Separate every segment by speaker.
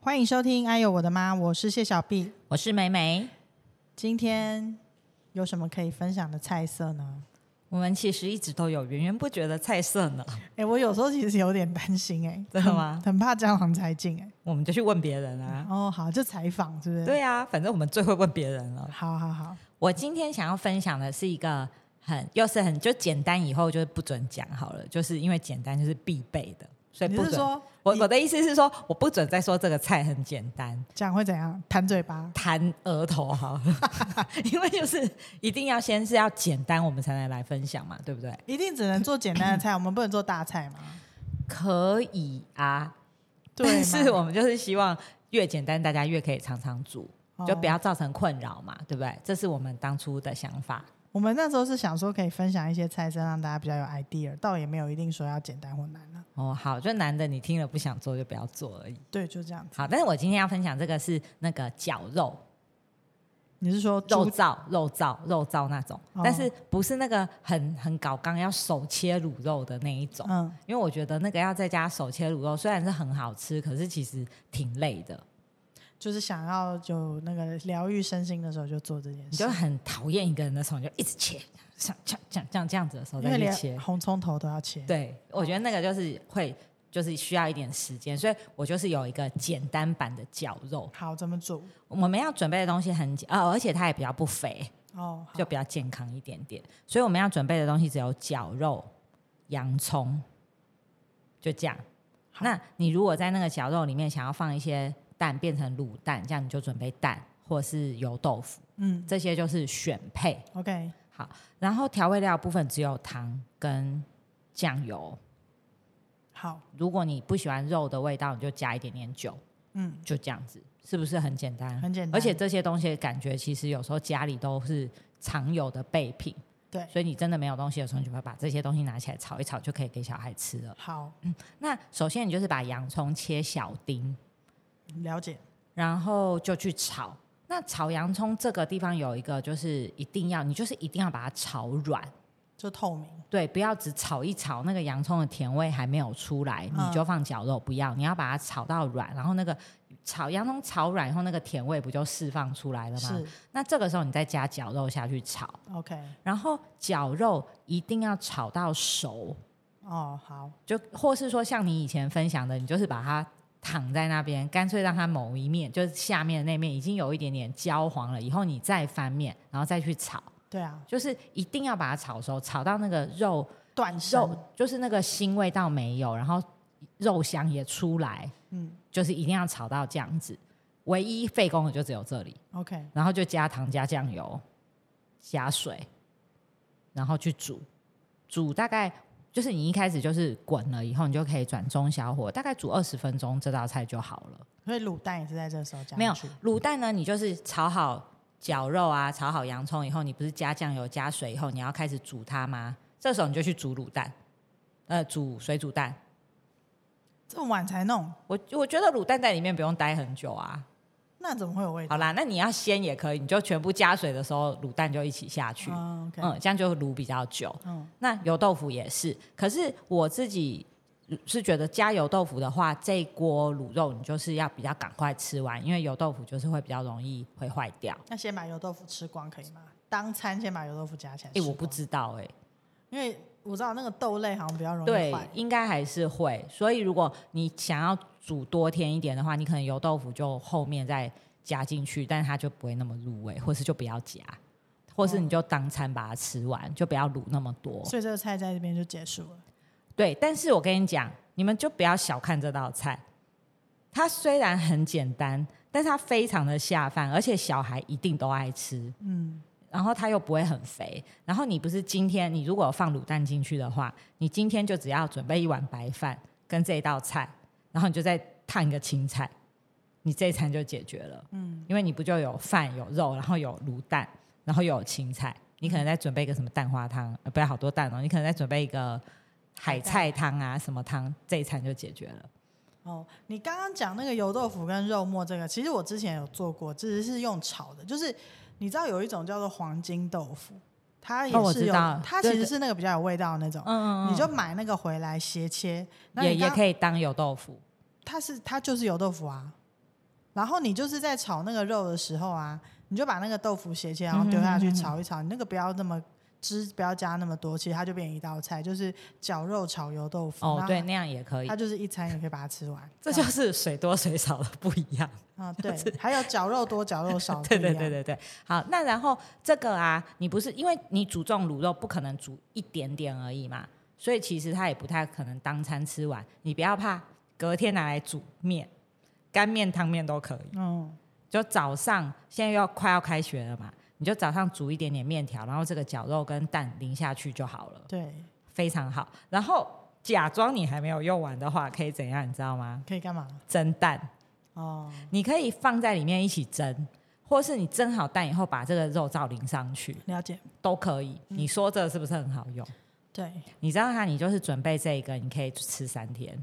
Speaker 1: 欢迎收听《哎呦我的妈》，我是谢小碧。
Speaker 2: 我是梅梅。
Speaker 1: 今天有什么可以分享的菜色呢？
Speaker 2: 我们其实一直都有源源不绝的菜色呢，
Speaker 1: 哎，我有时候其实有点担心、哎，
Speaker 2: 真的吗
Speaker 1: 很很怕蟑螂才进、哎。
Speaker 2: 我们就去问别人啊。
Speaker 1: 哦，好，就采访，是不是？，
Speaker 2: 对啊，反正我们最会问别人了。
Speaker 1: 好好好，
Speaker 2: 我今天想要分享的是一个很，又是很就简单，以后就是不准讲好了，就是因为简单就是必备的，所以
Speaker 1: 你
Speaker 2: 不
Speaker 1: 是
Speaker 2: 准。
Speaker 1: 说
Speaker 2: 我
Speaker 1: 你
Speaker 2: 我的意思是说，我不准再说这个菜很简单，
Speaker 1: 讲会怎样？弹嘴巴？
Speaker 2: 弹额头好 了，因为就是一定要先是要简单，我们才能来分享嘛，对不对？
Speaker 1: 一定只能做简单的 菜，我们不能做大菜吗？
Speaker 2: 可以啊，
Speaker 1: 对
Speaker 2: 但
Speaker 1: 吗，
Speaker 2: 是我们就是希望越简单，大家越可以常常煮。
Speaker 1: 哦
Speaker 2: 就不要造成困扰嘛，对不对？这是我们当初的想法。
Speaker 1: 我们那时候是想说可以分享一些菜色，让大家比较有 idea，倒也没有一定说要简单或难啊。
Speaker 2: 哦，好，就男的你听了不想做就不要做而已。
Speaker 1: 对，就这样子。
Speaker 2: 好，但是我今天要分享这个是那个绞肉、
Speaker 1: 你是说
Speaker 2: 肉
Speaker 1: 猪
Speaker 2: 燥、肉燥、肉燥那种，
Speaker 1: 哦
Speaker 2: 但是不是那个很很搞刚要手切卤肉的那一种？
Speaker 1: 嗯，
Speaker 2: 因为我觉得那个要在家手切卤肉虽然是很好吃，可是其实挺累的，
Speaker 1: 就是想要有那个疗愈身心的时候就做这件
Speaker 2: 你
Speaker 1: 事
Speaker 2: 就，很讨厌一个人的时候，你就一直切，像像像这样这样子的时候
Speaker 1: 因
Speaker 2: 再
Speaker 1: 为
Speaker 2: 去切
Speaker 1: 连。红葱头都要切。
Speaker 2: 对，我觉得那个
Speaker 1: 嗯
Speaker 2: 就是会，就是需要一点时间，所以我就是有一个简单版的绞肉。
Speaker 1: 好，怎么煮？
Speaker 2: 我们要准备的东西很简，呃，而且它也比较不肥，
Speaker 1: 哦，好
Speaker 2: 就比较健康一点点。所以我们要准备的东西只有绞肉、洋葱，就这样。
Speaker 1: 好
Speaker 2: 那你如果在那个绞肉里面想要放一些蛋，变成卤蛋，这样你就准备蛋或是油豆腐，
Speaker 1: 嗯
Speaker 2: 这些就是选配。
Speaker 1: ，OK，
Speaker 2: 好，然后调味料部分只有糖跟酱油。
Speaker 1: 好，
Speaker 2: 如果你不喜欢肉的味道，你就加一点点酒，
Speaker 1: 嗯，
Speaker 2: 就这样子，是不是很简单？
Speaker 1: 很简单。
Speaker 2: 而且这些东西感觉其实有时候家里都是常有的备品，
Speaker 1: 对
Speaker 2: 所以你真的没有东西的时候，你就会把这些东西拿起来炒一炒，就可以给小孩吃了。
Speaker 1: 好
Speaker 2: 那首先你就是把洋葱切小丁，
Speaker 1: 了解，
Speaker 2: 然后就去炒。那炒洋葱这个地方有一个就是一定要，你就是一定要把它炒软，
Speaker 1: 就透明，
Speaker 2: 对，不要只炒一炒，那个洋葱的甜味还没有出来，
Speaker 1: 嗯
Speaker 2: 你就放绞肉，不要，你要把它炒到软，然后那个炒洋葱炒软以后，那个甜味不就释放出来了吗？
Speaker 1: 是
Speaker 2: 那这个时候你再加绞肉下去炒，
Speaker 1: OK。
Speaker 2: 然后绞肉一定要炒到熟，
Speaker 1: 哦，好，
Speaker 2: 就或是说像你以前分享的，你就是把它。躺在那边，干脆让它某一面，就是下面的那面已经有一点点焦黄了，以后你再翻面，然后再去炒，
Speaker 1: 对啊，
Speaker 2: 就是一定要把它炒熟，炒到那个肉
Speaker 1: 断生
Speaker 2: 肉，就是那个腥味道没有，然后肉香也出来，
Speaker 1: 嗯
Speaker 2: 就是一定要炒到这样子。唯一费工的就只有这里，
Speaker 1: ，OK，
Speaker 2: 然后就加糖、加酱油、加水，然后去煮，煮大概就是你一开始就是滚了以后，你就可以转中小火，大概煮二十分钟，这道菜就好了。
Speaker 1: 所以卤蛋也是在这时候加
Speaker 2: 没有
Speaker 1: 进去
Speaker 2: 卤蛋呢，你就是炒好绞肉啊，炒好洋葱以后，你不是加酱油、加水以后，你要开始煮它吗？这时候你就去煮卤蛋，呃，煮水煮蛋。
Speaker 1: 这么晚才弄，
Speaker 2: 我我觉得卤蛋在里面不用待很久啊。
Speaker 1: 那怎么会有味道？
Speaker 2: 好啦，那你要鲜也可以，你就全部加水的时候，卤蛋就一起下去。
Speaker 1: 嗯，OK，
Speaker 2: 嗯，这样就卤比较久。
Speaker 1: 嗯
Speaker 2: 那油豆腐也是，可是我自己是觉得加油豆腐的话，这一锅卤肉你就是要比较赶快吃完，因为油豆腐就是会比较容易会坏掉。
Speaker 1: 那先把油豆腐吃光可以吗？当餐先把油豆腐夹起来。
Speaker 2: 哎、我不，知道哎、
Speaker 1: 因为我知道那个豆类好像比较容易
Speaker 2: 对
Speaker 1: 坏，。
Speaker 2: 应该还是会。所以如果你想要煮多添一点的话，你可能油豆腐就后面再加进去，但它就不会那么入味，或是就不要加，或
Speaker 1: 哦
Speaker 2: 是你就当餐把它吃完，就不要卤那么多。
Speaker 1: 所以这个菜在这边就结束了。
Speaker 2: 对，但是我跟你讲，你们就不要小看这道菜，它虽然很简单，但是它非常的下饭，而且小孩一定都爱吃。
Speaker 1: 嗯，
Speaker 2: 然后它又不会很肥。然后你不是今天你如果有放卤蛋进去的话，你今天就只要准备一碗白饭跟这一道菜，然后你就再烫一个青菜，你这一餐就解决了。嗯，因为你不就有饭有肉，然后有卤蛋，然后又有青菜，你可能再准备一个什么蛋花汤，呃，不要好多蛋哦，你可能再准备一个海菜汤啊什么汤，这一餐就解决了。
Speaker 1: 哦，你刚刚讲那个油豆腐跟肉末这个，其实我之前有做过，只是是用炒的，就是你知道有一种叫做黄金豆腐，它也
Speaker 2: 哦我
Speaker 1: 是
Speaker 2: 知
Speaker 1: 有，
Speaker 2: 道
Speaker 1: 它其
Speaker 2: 对
Speaker 1: 实
Speaker 2: 对
Speaker 1: 是那个比较有味道的那种，
Speaker 2: 嗯
Speaker 1: 你就买那个回来斜切，那
Speaker 2: 也
Speaker 1: 你
Speaker 2: 也
Speaker 1: 刚
Speaker 2: 可以当油豆腐。
Speaker 1: 它是它就是油豆腐啊，然后你就是在炒那个肉的时候啊，你就把那个豆腐斜切，然后丢下去
Speaker 2: 嗯哼嗯哼
Speaker 1: 炒一炒，你那个不要那么汁，不要加那么多，其实它就变一道菜，就是绞肉炒油豆腐。
Speaker 2: 哦，对，
Speaker 1: 然后
Speaker 2: 那样也可以
Speaker 1: 它，就是一餐也可以把它吃完。
Speaker 2: 这就是水多水少的不一样。，
Speaker 1: 啊，对，还有绞肉多、绞肉少 啊
Speaker 2: 对对
Speaker 1: 不一
Speaker 2: 对
Speaker 1: 样，
Speaker 2: 对对，好，那然后这个啊，你不是因为你煮这种卤肉不可能煮一点点而已嘛，所以其实它也不太可能当餐吃完，你不要怕，隔天拿来煮面，干面、汤面都可以。
Speaker 1: 嗯，
Speaker 2: 就早上现在又要快要开学了嘛，你就早上煮一点点面条，然后这个绞肉跟蛋淋下去就好了，
Speaker 1: 对，
Speaker 2: 非常好。然后假装你还没有用完的话，可以怎样，你知道吗？
Speaker 1: 可以干嘛？
Speaker 2: 蒸蛋。
Speaker 1: 哦，
Speaker 2: 你可以放在里面一起蒸，或是你蒸好蛋以后把这个肉燥淋上去
Speaker 1: 了解，
Speaker 2: 都可以。你说这是不是很好用？
Speaker 1: 对，
Speaker 2: 你知道它，你就是准备这一个，你可以吃三天。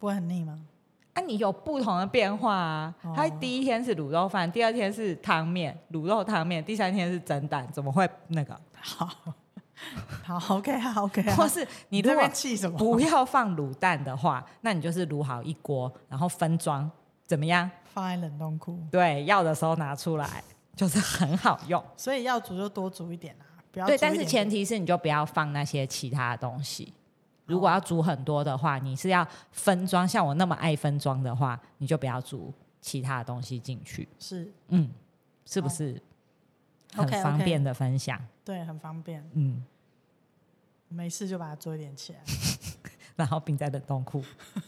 Speaker 1: 不会很腻吗？
Speaker 2: 啊，你有不同的变化啊！
Speaker 1: 哦
Speaker 2: 它第一天是卤肉饭，第二天是汤面，卤肉汤面，第三天是蒸蛋，怎么会那个？
Speaker 1: 好， 好，OK 啊，OK 啊，
Speaker 2: 或是你如
Speaker 1: 这
Speaker 2: 果
Speaker 1: 边气什么？
Speaker 2: 不要放卤蛋的话，那你就是卤好一锅，然后分装，怎么样？
Speaker 1: 放在冷冻库，
Speaker 2: 对，要的时候拿出来，就是很好用。
Speaker 1: 所以要煮就多煮一点啊，不要
Speaker 2: 对，
Speaker 1: 煮一
Speaker 2: 但是
Speaker 1: 点
Speaker 2: 前提是你就不要放那些其他的东西。如果要煮很多的话，你是要分装，像我那么爱分装的话，你就不要煮其他的东西进去。
Speaker 1: 是
Speaker 2: 嗯，是不是很
Speaker 1: OK，OK
Speaker 2: 方便的分享？
Speaker 1: 对，很方便，
Speaker 2: 嗯，
Speaker 1: 没事就把它做一点起来，
Speaker 2: 然后冰在冷冻库，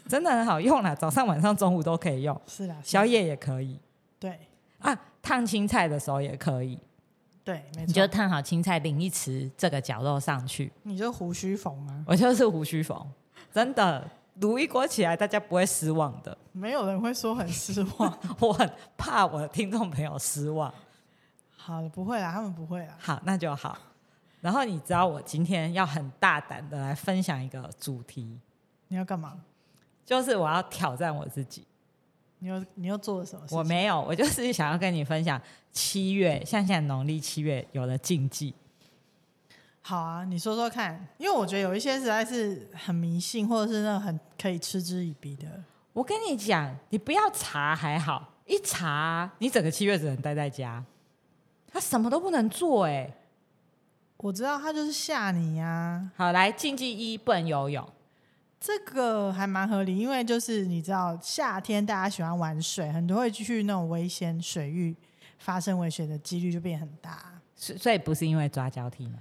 Speaker 2: 真的很好用啦，早上、晚上、中午都可以用，
Speaker 1: 是啦，是
Speaker 2: 宵
Speaker 1: 啦
Speaker 2: 夜也可以
Speaker 1: 对
Speaker 2: 啊，烫青菜的时候也可以，
Speaker 1: 对，没
Speaker 2: 你就
Speaker 1: 错，
Speaker 2: 烫好青菜淋一匙这个绞肉上去，
Speaker 1: 你就胡须缝啊，
Speaker 2: 我就是胡须缝，真的卤一锅起来，大家不会失望的。
Speaker 1: 没有人会说很失望，
Speaker 2: 我很怕我的听众朋友失望。
Speaker 1: 好了，不会啦，他们不会啦，
Speaker 2: 好，那就好。然后你知道我今天要很大胆的来分享一个主题，
Speaker 1: 你要干嘛？
Speaker 2: 就是我要挑战我自己。
Speaker 1: 你又你又做了什么事
Speaker 2: 我
Speaker 1: 情？
Speaker 2: 没有，我就是想要跟你分享七月，像现在农历七月有的禁忌。
Speaker 1: 好啊，你说说看，因为我觉得有一些实在是很迷信，或者是那种很可以嗤之以鼻的。
Speaker 2: 我跟你讲，你不要查还好，一查你整个七月只能待在家，他什么都不能做哎、
Speaker 1: 我知道他就是吓你呀、
Speaker 2: 好，来禁忌一，不能游泳。
Speaker 1: 这个还蛮合理，因为就是你知道夏天大家喜欢玩水，很多会去那种危险水域，发生危险的几率就变很大。
Speaker 2: 所所以不是因为抓交替吗？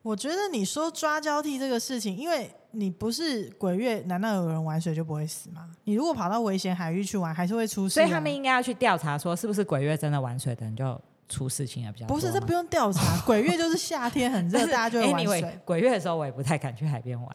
Speaker 1: 我觉得你说抓交替这个事情，因为你不是鬼月，难道有人玩水就不会死吗？你如果跑到危险海域去玩，还是会出事、
Speaker 2: 所
Speaker 1: 啊。
Speaker 2: 以他们应该要去调查，说是不是鬼月真的玩水的人就出事情也比较多
Speaker 1: 不
Speaker 2: 吗。
Speaker 1: 是这不用调 查，鬼月就是夏天很热，
Speaker 2: 但是
Speaker 1: 大家就会玩
Speaker 2: anyway，
Speaker 1: 水。
Speaker 2: 鬼月的时候我也不太敢去海边玩，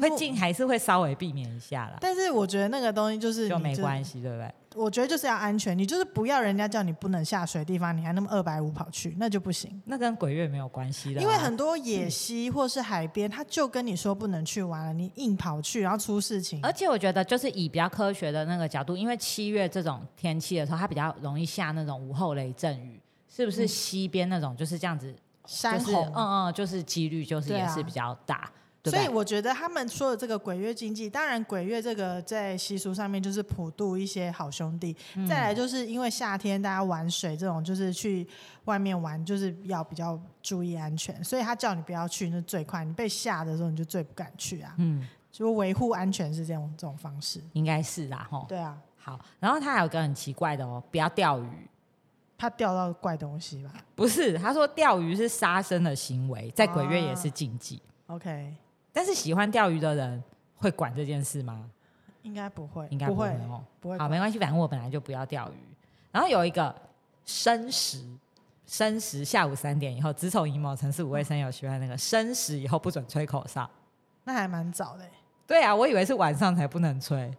Speaker 2: 会
Speaker 1: 我
Speaker 2: 进还是会稍微避免一下啦，
Speaker 1: 但是我觉得那个东西就是
Speaker 2: 就
Speaker 1: 你
Speaker 2: 没
Speaker 1: 就
Speaker 2: 关系，对不对？
Speaker 1: 我觉得就是要安全，你就是不要人家叫你不能下水的地方，你还那么二百五跑去，那就不行。
Speaker 2: 那跟鬼月没有关系的啊，
Speaker 1: 因为很多野溪或是海边，他就跟你说不能去玩了，你硬跑去，然后出事情。
Speaker 2: 而且我觉得就是以比较科学的那个角度，因为七月这种天气的时候，它比较容易下那种午后雷阵雨，是不是？西边那种就是这样子，
Speaker 1: 山
Speaker 2: 就是
Speaker 1: 洪啊
Speaker 2: 嗯，嗯，就是几率就是
Speaker 1: 对
Speaker 2: 也
Speaker 1: 啊
Speaker 2: 是比较大，对
Speaker 1: 所以
Speaker 2: 吧？
Speaker 1: 我觉得他们说的这个鬼月经济，当然鬼月这个在习俗上面就是普渡一些好兄弟，
Speaker 2: 嗯
Speaker 1: 再来就是因为夏天大家玩水这种，就是去外面玩就是要比较注意安全，所以他叫你不要去那最快，你被吓的时候你就最不敢去啊，
Speaker 2: 嗯，
Speaker 1: 就维护安全是这种这种方式。
Speaker 2: 应该是啦，吼。
Speaker 1: 对啊，
Speaker 2: 好，然后他还有个很奇怪的哦，不要钓鱼。
Speaker 1: 怕钓到怪东西吧
Speaker 2: 不是，他说钓鱼是杀生的行为，在鬼月也
Speaker 1: 哦
Speaker 2: 是禁忌。
Speaker 1: ？OK，
Speaker 2: 但是喜欢钓鱼的人会管这件事吗？
Speaker 1: 应该不会，
Speaker 2: 应该
Speaker 1: 不
Speaker 2: 会
Speaker 1: 会，
Speaker 2: 哦。
Speaker 1: 不会
Speaker 2: 好，
Speaker 1: 管。
Speaker 2: 没关系，反正我本来就不要钓鱼。然后有一个生食，生食下午三点以后，子丑寅卯辰巳午未申酉戌亥那个生食以后不准吹口哨。
Speaker 1: 那还蛮早的欸，
Speaker 2: 对啊，我以为是晚上才不能吹，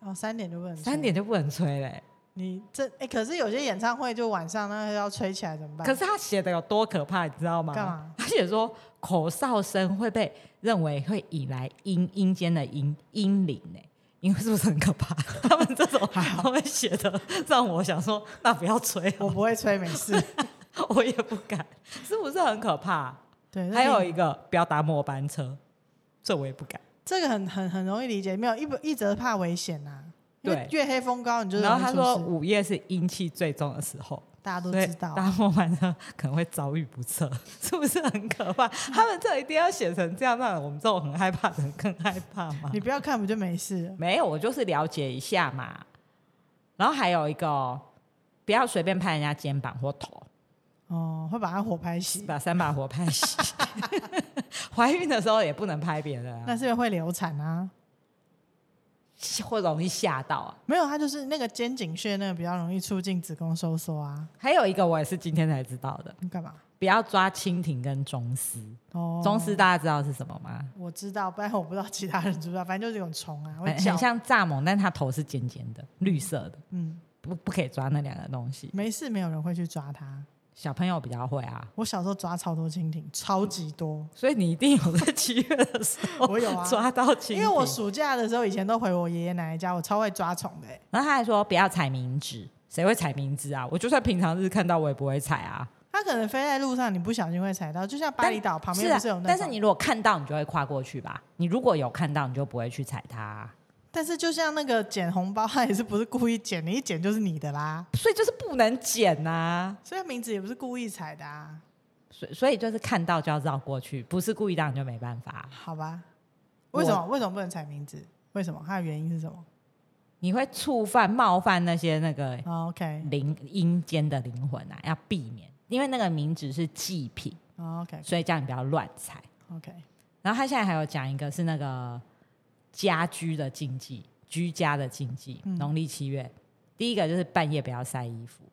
Speaker 1: 哦，三点就不能吹。
Speaker 2: 三点就不能吹嘞、
Speaker 1: 你这哎，可是有些演唱会就晚上那要吹起来怎么办？
Speaker 2: 可是他写的有多可怕，你知道吗？
Speaker 1: 干嘛？
Speaker 2: 他写说口哨声会被认为会引来阴阴间的阴阴灵呢、因为是不是很可怕？ 他们这种他们写的让我想说，那不要吹
Speaker 1: 我
Speaker 2: 我
Speaker 1: 不会吹，没 事。
Speaker 2: 我也不敢，是不是很可怕？
Speaker 1: 对，
Speaker 2: 还有
Speaker 1: 那你
Speaker 2: 一个不要搭末班车，这我也不敢。
Speaker 1: 这个很很很容易理解，没有一不一则怕危险呐、因因为
Speaker 2: 对
Speaker 1: 月黑风高，你就
Speaker 2: 然后
Speaker 1: 容易
Speaker 2: 他
Speaker 1: 出
Speaker 2: 说
Speaker 1: 事
Speaker 2: 午夜是阴气最重的时候，
Speaker 1: 大家都
Speaker 2: 所以
Speaker 1: 知道
Speaker 2: 大，梦晚上可能会遭遇不测， 是不是很可怕？他们这一定要写成这样，让我们这种很害怕的人更害怕吗？
Speaker 1: 你不要看不就没事了？
Speaker 2: 没有，我就是了解一下嘛。然后还有一个、哦，不要随便拍人家肩膀或头，
Speaker 1: 哦，会把它火拍熄，
Speaker 2: 把三把火拍 熄。怀孕的时候也不能拍别人、啊，
Speaker 1: 那是因为会流产啊。
Speaker 2: 会容易吓到啊。
Speaker 1: 没有，它就是那个肩颈穴，那个比较容易促进子宫收缩啊。
Speaker 2: 还有一个我也是今天才知道的，
Speaker 1: 你干嘛？
Speaker 2: 不要抓蜻蜓跟中丝。
Speaker 1: 哦，
Speaker 2: 中丝大家知道是什么吗？
Speaker 1: 我知道，不然我不知道其他人知不知道，反正就是有虫啊，会
Speaker 2: 很
Speaker 1: 叫
Speaker 2: 哎很。像蚱蜢，但它头是尖尖的，绿色的，
Speaker 1: 嗯，
Speaker 2: 不不可以抓那两个东西。
Speaker 1: 没事，没有人会去抓它。
Speaker 2: 小朋友比较会啊，
Speaker 1: 我小时候抓超多蜻蜓，超级多，
Speaker 2: 所以你一定有在七月的时候
Speaker 1: 我有啊。
Speaker 2: 哦抓到蜻蜓。
Speaker 1: 因为我暑假的时候，以前都回我爷爷奶奶家，我超会抓虫的、欸。
Speaker 2: 然后他还说不要踩冥纸，谁会踩冥纸啊？我就算平常日看到我也不会踩啊。
Speaker 1: 它可能飞在路上，你不小心会踩到，就像巴
Speaker 2: 但
Speaker 1: 厘岛旁
Speaker 2: 是
Speaker 1: 边
Speaker 2: 啊
Speaker 1: 不是有那种
Speaker 2: 但是你如果看到，你就会跨过去吧。你如果有看到，你就不会去踩它啊、
Speaker 1: 但是就像那个捡红包，他也是不是故意捡，你一捡就是你的啦。
Speaker 2: 所以就是不能捡呐、
Speaker 1: 所以名字也不是故意踩的啊，
Speaker 2: 所以所以就是看到就要绕过去，不是故意让你就没办法啊、
Speaker 1: 好吧？
Speaker 2: 我
Speaker 1: 为什么为什么不能踩名字？为什么？它的原因是什么、
Speaker 2: 你会触犯冒犯那些那个
Speaker 1: o k
Speaker 2: 灵阴间的灵魂啊，要避免，因为那个冥纸是祭品，
Speaker 1: o k
Speaker 2: 所以叫你不要乱踩。
Speaker 1: o k
Speaker 2: 然后他现在还有讲一个是那个家居的禁忌，居家的禁忌。
Speaker 1: 嗯
Speaker 2: 农历七月，第一个就是半夜不要晒衣服。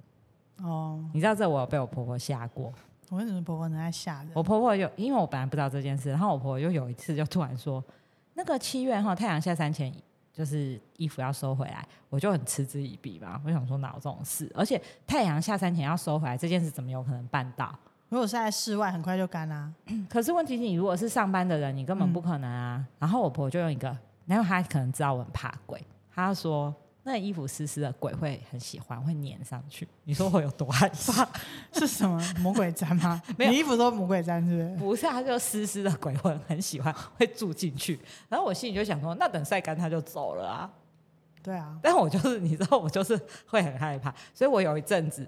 Speaker 1: 哦，
Speaker 2: 你知道这我有被我婆婆吓过。
Speaker 1: 我为什么婆婆能爱吓人？
Speaker 2: 我婆婆有，因为我本来不知道这件事，然后我婆婆就有一次就突然说，那个七月哈太阳下山前就是衣服要收回来，我就很嗤之以鼻嘛。我想说哪有这种事？而且太阳下山前要收回来这件事，怎么有可能办到？
Speaker 1: 如果是在室外，很快就干啦、啊
Speaker 2: 可是问题是你如果是上班的人，你根本不可能啊。然后我婆就用一个，然后她可能知道我很怕鬼，她就说那衣服湿湿的，鬼会很喜欢，会粘上去。你说我有多害怕？？
Speaker 1: 是什么魔鬼毡吗
Speaker 2: 没有
Speaker 1: 你衣服都魔鬼毡是不是？
Speaker 2: 不是，她就湿湿的，鬼魂很喜欢，会住进去。 然后我心里就想说，那等晒干它就走了啊。
Speaker 1: 对啊，
Speaker 2: 但我就是你知道，我就是会很害怕，所以我有一阵子。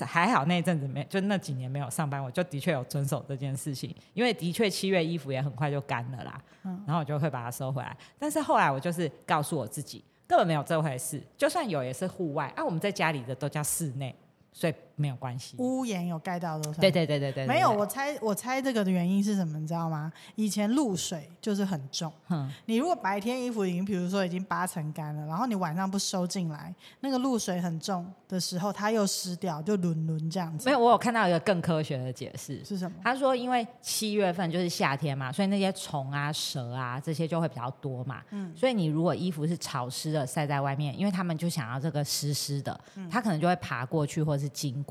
Speaker 2: 还好那一阵子没，就那几年没有上班，我就的确有遵守这件事情，因为的确七月衣服也很快就干了啦，
Speaker 1: 嗯
Speaker 2: 然后我就会把它收回来。但是后来我就是告诉我自己，根本没有这回事，就算有也是户外，啊，我们在家里的都叫室内，所以没有关系。
Speaker 1: 屋檐有盖到多少？
Speaker 2: 对对对对对，对
Speaker 1: 没有，，
Speaker 2: 对
Speaker 1: 我猜我猜这个的原因是什么，你知道吗？以前露水就是很重，
Speaker 2: 嗯，
Speaker 1: 你如果白天衣服已经，比如说已经八成干了，然后你晚上不收进来，那个露水很重的时候，它又湿掉，就轮轮这样子。
Speaker 2: 没有，我有看到一个更科学的解释，
Speaker 1: 是什么？
Speaker 2: 他说，因为七月份就是夏天嘛，所以那些虫啊、蛇啊这些就会比较多嘛。
Speaker 1: 嗯
Speaker 2: 所以你如果衣服是潮湿的晒在外面，因为他们就想要这个湿湿的，
Speaker 1: 嗯
Speaker 2: 它可能就会爬过去或是经过。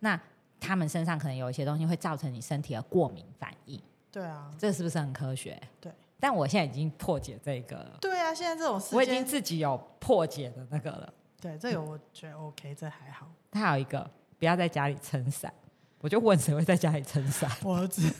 Speaker 2: 那他们身上可能有一些东西会造成你身体的过敏反应，
Speaker 1: 对啊，
Speaker 2: 这是不是很科学？
Speaker 1: 对。
Speaker 2: 但我现在已经破解这个了，
Speaker 1: 对啊，现在这种
Speaker 2: 我
Speaker 1: 事
Speaker 2: 已经
Speaker 1: 情，
Speaker 2: 自己有破解的那个了。
Speaker 1: 对这个我觉得 OK，这还好。
Speaker 2: 他还有一个，不要在家里撑伞。我就问谁会在家里撑伞？
Speaker 1: 我儿子，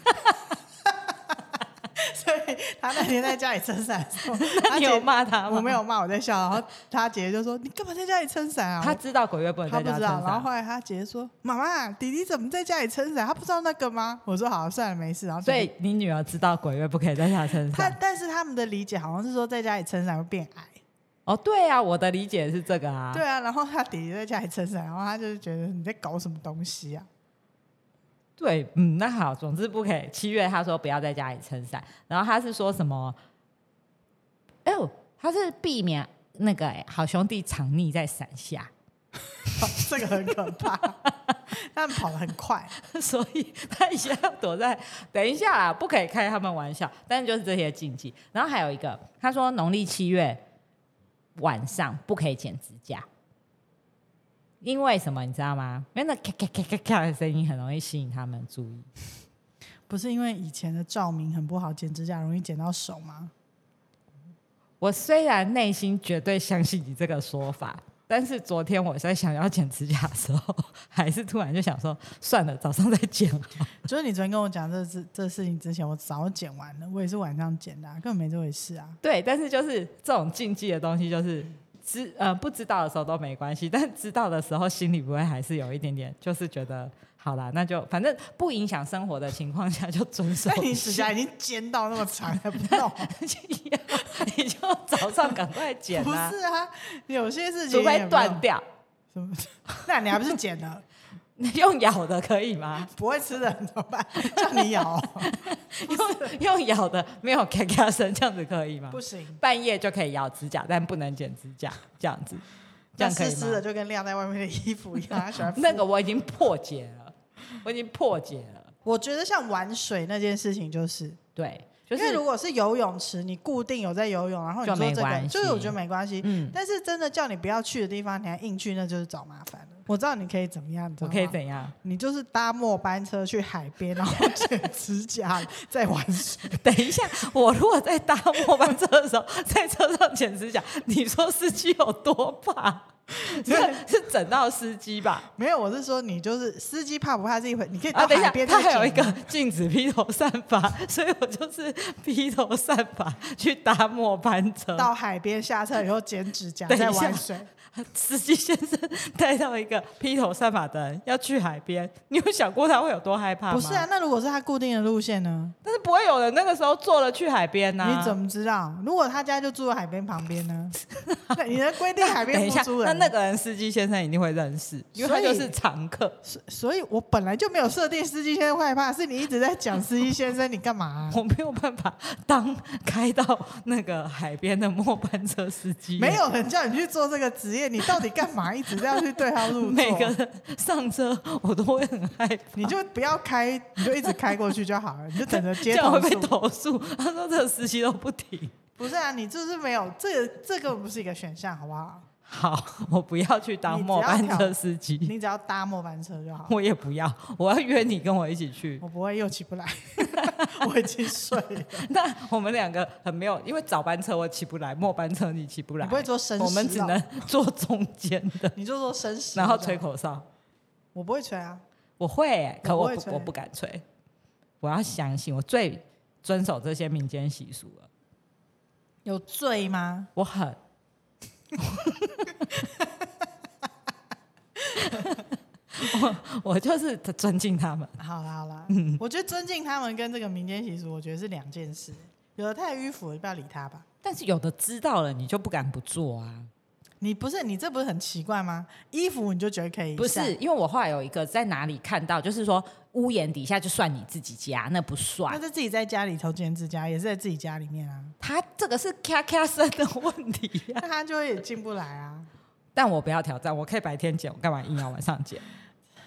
Speaker 1: 所以他那天在家里撑伞的时候，他
Speaker 2: 你
Speaker 1: 姐
Speaker 2: 有骂他吗？
Speaker 1: 我没有骂，我在笑。然后他姐姐就说：“你干嘛在家里撑伞啊？”
Speaker 2: 他知道鬼月不能
Speaker 1: 他
Speaker 2: 在
Speaker 1: 不
Speaker 2: 家
Speaker 1: 知
Speaker 2: 撑
Speaker 1: 道，然后
Speaker 2: 伞
Speaker 1: 后，来他姐姐说：“妈妈，弟弟怎么在家里撑伞？他不知道那个吗？”我说：“好，算了，没事。”然后
Speaker 2: 所
Speaker 1: 弟弟
Speaker 2: 以你女儿知道鬼月不可以在家撑
Speaker 1: 他，
Speaker 2: 伞。
Speaker 1: 但是他们的理解好像是说在家里撑伞会变矮。
Speaker 2: 哦，对啊，我的理解是这个啊。
Speaker 1: 对啊，然后他弟弟在家里撑伞，然后他就是觉得你在搞什么东西啊？
Speaker 2: 对，嗯，那好，总之不可以。七月他说不要在家里撑伞，然后他是说什么？哎呦，他是避免那个、哎好兄弟藏匿在伞下，
Speaker 1: 这个很可怕。 他们跑得很快，
Speaker 2: 所以他一下要躲在。等一下啦，不可以开他们玩笑，但是就是这些禁忌。然后还有一个，他说农历七月晚上不可以剪指甲，因为什么你知道吗？因为那咔咔咔咔咔的声音很容易吸引他们的注意。
Speaker 1: 不是因为以前的照明很不好，剪指甲容易剪到手吗？
Speaker 2: 我虽然内心绝对相信你这个说法，但是昨天我在想要剪指甲的时候，还是突然就想说，算了，早上再剪好了
Speaker 1: 就是你昨天跟我讲这事这事情之前，我早剪完了，我也是晚上剪的、啊，根本没这回事啊。
Speaker 2: 对，但是就是这种禁忌的东西，就是知呃不知道的时候都没关系，但知道的时候心里不会还是有一点点，就是觉得好啦，那就反正不影响生活的情况下就遵守
Speaker 1: 那
Speaker 2: 一下。
Speaker 1: 你指甲已经尖到那么长还不弄？啊
Speaker 2: 你就早上赶快剪
Speaker 1: 不
Speaker 2: 啊，
Speaker 1: 是啊，有些事情
Speaker 2: 除
Speaker 1: 也没
Speaker 2: 非
Speaker 1: 有
Speaker 2: 断掉。
Speaker 1: 什么， 那你还不是剪了？
Speaker 2: 你用咬的可以吗？
Speaker 1: 不会吃的 人怎么办？叫你咬 哦、
Speaker 2: 用用咬的没有咔咔声，这样子可以吗
Speaker 1: 不？行，
Speaker 2: 半夜就可以咬指甲，但不能剪指甲，这样子，这
Speaker 1: 那
Speaker 2: 样可
Speaker 1: 湿
Speaker 2: 以
Speaker 1: 湿的
Speaker 2: 吗？
Speaker 1: 就跟晾在外面的衣服一样。他喜欢
Speaker 2: 那个我已经破解了，我已经破解了。
Speaker 1: 我觉得像玩水那件事情，就是、
Speaker 2: 对，就
Speaker 1: 因为
Speaker 2: 是
Speaker 1: 如果是游泳池，你固定有在游泳，然后你
Speaker 2: 就
Speaker 1: 做
Speaker 2: 没
Speaker 1: 这个，
Speaker 2: 关
Speaker 1: 就是我觉得
Speaker 2: 系
Speaker 1: 没关系。
Speaker 2: 嗯，
Speaker 1: 但是真的叫你不要去的地方，你还硬去，那就是找麻烦了。我知道你可以怎么样，你知道
Speaker 2: 我
Speaker 1: 吗
Speaker 2: 可以怎样？
Speaker 1: 你就是搭末班车去海边，然后 剪指甲，再玩水。
Speaker 2: 等一下，我如果在搭末班车的时候，在车上剪指甲，你说司机有多 怕？是是整到司机吧？
Speaker 1: 没有，我是说你就是司机怕不怕是一回，你可以
Speaker 2: 啊，
Speaker 1: 到
Speaker 2: 等一
Speaker 1: 海
Speaker 2: 下，
Speaker 1: 边
Speaker 2: 他
Speaker 1: 再剪、
Speaker 2: 还有一个 禁止披头散发， 所以我就是披头散发去搭末班车。
Speaker 1: 到海边下车以后剪指 甲，
Speaker 2: 嗯等一
Speaker 1: 再
Speaker 2: 下
Speaker 1: 玩水。
Speaker 2: 司机先生带到一个披头散发的人要去海边，你有想过他会有多害怕吗？
Speaker 1: 不是啊，，那如果是他固定的路线呢？
Speaker 2: 但是不会有人那个时候坐了去海边啊呐、
Speaker 1: 你怎么知道？如果他家就住在海边旁边 呢？那你的规定海
Speaker 2: 等
Speaker 1: 边
Speaker 2: 一
Speaker 1: 不
Speaker 2: 下，
Speaker 1: 租
Speaker 2: 那
Speaker 1: 人。
Speaker 2: 那个人司机先生一定会认识，因为他
Speaker 1: 所
Speaker 2: 就
Speaker 1: 以
Speaker 2: 是常客。
Speaker 1: 所所以，我本来就没有设定司机先生会害怕，是你一直在讲司机先生，你干嘛 啊、
Speaker 2: 我没有办法当开到那个海边的末班车司机，
Speaker 1: 没有人叫你去做这个职业，你到底干嘛？一直这样去对号 入座？
Speaker 2: 每个人上车我都会很害怕。
Speaker 1: 你就不要开，你就一直开过去就好了，你就等着
Speaker 2: 这
Speaker 1: 接
Speaker 2: 样会
Speaker 1: 投
Speaker 2: 被
Speaker 1: 诉。
Speaker 2: 投诉。他说这个司机都不停。
Speaker 1: 不是啊，你就是没有这个，这个不是一个选项，好不好？
Speaker 2: 好，我不要去当末班车司机，
Speaker 1: 你只要搭末班车就好。
Speaker 2: 我也不要，我要约你跟我一起 去。
Speaker 1: 我不会又起不来， 我已经睡了。
Speaker 2: 那我们两个很没有，因为早班车我起不来，末班车你起不
Speaker 1: 你
Speaker 2: 来，
Speaker 1: 不会做生食，
Speaker 2: 我们只能，坐中间的，
Speaker 1: 你就做生食，
Speaker 2: 然后吹。口哨。
Speaker 1: 我不会吹啊，
Speaker 2: 我会欸、可
Speaker 1: 我不
Speaker 2: 我
Speaker 1: 会
Speaker 2: 不
Speaker 1: 吹
Speaker 2: 我不敢吹，我要相信我最遵守这些民间习俗了，
Speaker 1: 有醉吗？
Speaker 2: 我很。 我我就是尊敬他们。
Speaker 1: 好啦好 啦，
Speaker 2: 嗯
Speaker 1: 我觉得尊敬他们跟这个民间习俗，我觉得是两件事。有的太迂腐，就不要理他吧。
Speaker 2: 但是有的知道了，你就不敢不做啊。
Speaker 1: 你不是你这不是很奇怪吗？衣服你就觉得可以晒，
Speaker 2: 不是，因为我后来有一个在哪里看到，就是说屋檐底下就算你自己家，那不
Speaker 1: 那
Speaker 2: 算。
Speaker 1: 是自己在家里头剪指甲，也是在自己家里面啊，
Speaker 2: 他这个是咔咔声的问题呀、
Speaker 1: 那他就会也进不来啊。
Speaker 2: 但我不要挑战，我可以白天剪，我干嘛硬要晚上剪？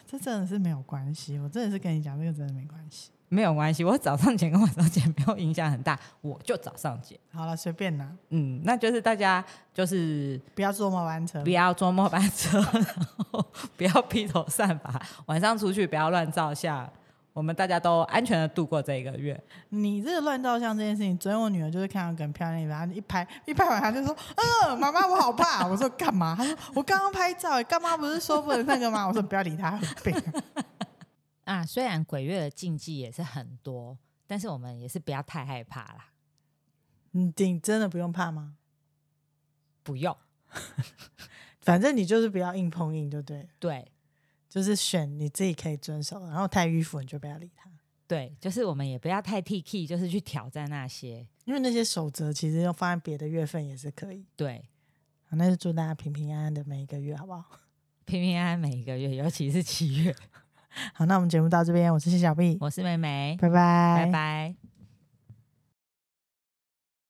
Speaker 1: 这真的是没有关系，我真的是跟你讲，这个真的没关系。
Speaker 2: 没有关系，我早上剪跟晚上剪没有影响很大，我就早上剪。
Speaker 1: 好了，随便啦，
Speaker 2: 嗯，那就是大家就是
Speaker 1: 不要坐末班车
Speaker 2: 不。要坐末班车，然后不要披头散发，晚上出去不要乱照相，我们大家都安全的度过这一个月。
Speaker 1: 你这个乱照相这件事情，昨天我女儿就是看到一个很漂亮的人，然后一拍一拍完，她就说：“嗯，妈妈，我好怕。”我说：“干嘛？”她说：“我刚刚拍照，欸干妈不是说不能那个吗？”我说：“不要理她，有病。
Speaker 2: 啊，虽然鬼月的禁忌也是很多，但是我们也是不要太害怕啦，”
Speaker 1: 你你真的不用怕吗？
Speaker 2: 不用。
Speaker 1: 反正你就是不要硬碰硬，就对了，
Speaker 2: 对
Speaker 1: 就是选你自己可以遵守，然后太迂腐你就不要理他，
Speaker 2: 对，就是我们也不要太 T K，就是去挑战那些。
Speaker 1: 因为那些守则其实要放在别的月份也是可以。
Speaker 2: 对，
Speaker 1: 好，那就祝大家平平安安的每一个月，好不好？
Speaker 2: 平平安安每一个月，尤其是七月。
Speaker 1: 好，那我们节目到这边，我是谢小碧，
Speaker 2: 我是妹妹，
Speaker 1: 拜拜，
Speaker 2: 拜拜